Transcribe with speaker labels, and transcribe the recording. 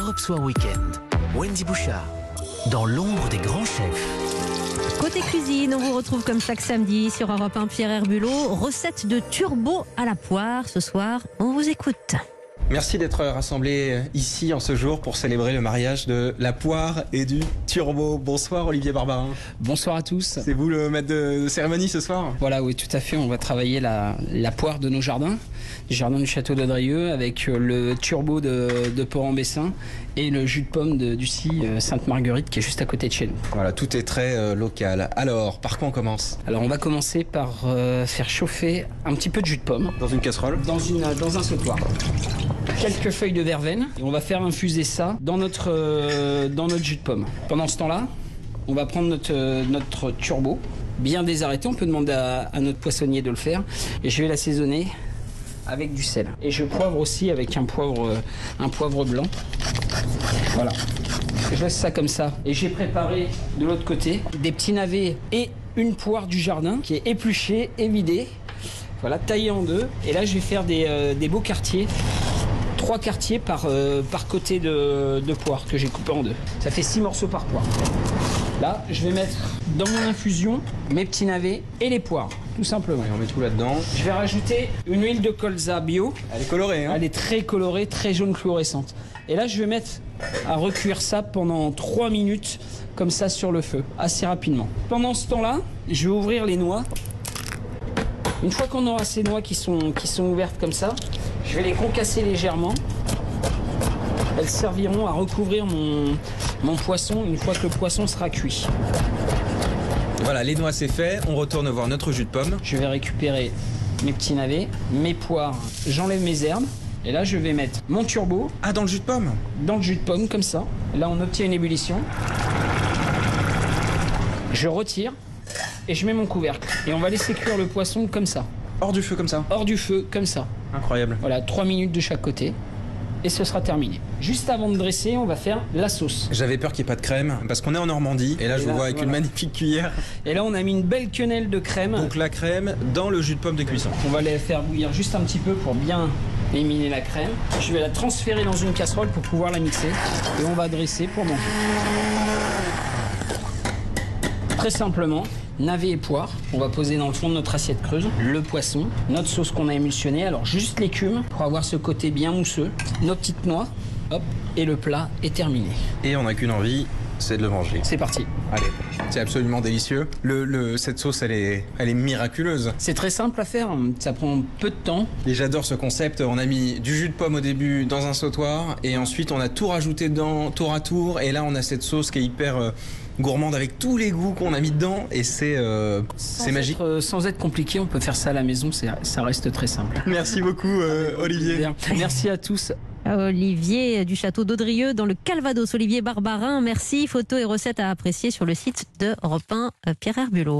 Speaker 1: Rock Soir Weekend. Wendy Bouchard, dans l'ombre des grands chefs.
Speaker 2: Côté cuisine, on vous retrouve comme chaque samedi sur Europe 1 Pierre Herbulot. Recette de turbo à la poire. Ce soir, on vous écoute.
Speaker 3: Merci d'être rassemblés ici en ce jour pour célébrer le mariage de la poire et du turbo. Bonsoir Olivier Barbarin.
Speaker 4: Bonsoir à tous.
Speaker 3: C'est vous le maître de cérémonie ce soir
Speaker 4: Voilà, oui, tout à fait. On va travailler la, la poire de nos jardins, du jardin du château d'Audrieux, avec euh, le turbo de, de Port-en-Bessin et le jus de pomme de, du CI euh, Sainte-Marguerite qui est juste à côté de chez nous.
Speaker 3: Voilà, tout est très euh, local. Alors, par quoi on commence
Speaker 4: Alors, on va commencer par euh, faire chauffer un petit peu de jus de pomme
Speaker 3: Dans une casserole
Speaker 4: dans, une, dans un sautoir. Quelques feuilles de verveine et on va faire infuser ça dans notre, euh, dans notre jus de pomme. Pendant ce temps-là, on va prendre notre, euh, notre turbo, bien désarrêté. On peut demander à, à notre poissonnier de le faire et je vais l'assaisonner avec du sel. Et je poivre aussi avec un poivre, euh, un poivre blanc. Voilà. Je laisse ça comme ça. Et j'ai préparé de l'autre côté des petits navets et une poire du jardin qui est épluchée et vidée. Voilà, taillée en deux. Et là, je vais faire des, euh, des beaux quartiers. Trois quartiers par, euh, par côté de, de poire que j'ai coupé en deux. Ça fait six morceaux par poire. Là, je vais mettre dans mon infusion mes petits navets et les poires, tout simplement.
Speaker 3: Et on met tout là-dedans.
Speaker 4: Je vais rajouter une huile de colza bio.
Speaker 3: Elle est colorée, hein
Speaker 4: Elle est très colorée, très jaune fluorescente. Et là, je vais mettre à recuire ça pendant 3 minutes, comme ça sur le feu, assez rapidement. Pendant ce temps-là, je vais ouvrir les noix. Une fois qu'on aura ces noix qui sont, qui sont ouvertes comme ça, je vais les concasser légèrement. Elles serviront à recouvrir mon, mon poisson une fois que le poisson sera cuit.
Speaker 3: Voilà, les noix c'est fait. On retourne voir notre jus de pomme.
Speaker 4: Je vais récupérer mes petits navets, mes poires, j'enlève mes herbes. Et là, je vais mettre mon turbo
Speaker 3: Ah, dans le jus de pomme
Speaker 4: dans le jus de pomme, comme ça. Là, on obtient une ébullition. Je retire et je mets mon couvercle. Et on va laisser cuire le poisson comme ça,
Speaker 3: Hors du feu comme ça.
Speaker 4: hors du feu, comme ça.
Speaker 3: Incroyable.
Speaker 4: Voilà, 3 minutes de chaque côté. Et ce sera terminé. Juste avant de dresser, on va faire la sauce.
Speaker 3: J'avais peur qu'il n'y ait pas de crème, parce qu'on est en Normandie, et là je
Speaker 4: Et
Speaker 3: vous
Speaker 4: là,
Speaker 3: vois avec une
Speaker 4: voilà.
Speaker 3: magnifique cuillère.
Speaker 4: Et là, on a mis une belle quenelle de crème.
Speaker 3: Donc la crème dans le jus de pomme de cuisson.
Speaker 4: On va les faire bouillir juste un petit peu pour bien éliminer la crème. Je vais la transférer dans une casserole pour pouvoir la mixer. Et on va dresser pour manger. Très simplement, navet et poire. On va poser dans le fond de notre assiette creuse le poisson, notre sauce qu'on a émulsionnée, alors juste l'écume pour avoir ce côté bien mousseux, nos petites noix, hop, et le plat est terminé.
Speaker 3: Et on n'a qu'une envie, c'est de le manger.
Speaker 4: C'est parti.
Speaker 3: Allez, c'est absolument délicieux. Le, le- cette sauce, elle est, elle est miraculeuse.
Speaker 4: C'est très simple à faire, hein. ça prend peu de temps.
Speaker 3: Et j'adore ce concept. On a mis du jus de pomme au début dans un sautoir et ensuite on a tout rajouté dedans tour à tour. Et là, on a cette sauce qui est hyper euh, gourmande avec tous les goûts qu'on a mis dedans et c'est euh,
Speaker 4: Sans
Speaker 3: c'est magique.
Speaker 4: être- euh, sans être compliqué, on peut faire ça à la maison, c'est- ça reste très simple.
Speaker 3: Merci beaucoup, euh, Olivier.
Speaker 4: Bien. Merci à tous.
Speaker 2: Olivier du château d'Audrieux dans le Calvados. Olivier Barbarin, merci. Photos et recettes à apprécier sur le site de Europe 1 Pierre Herbulot.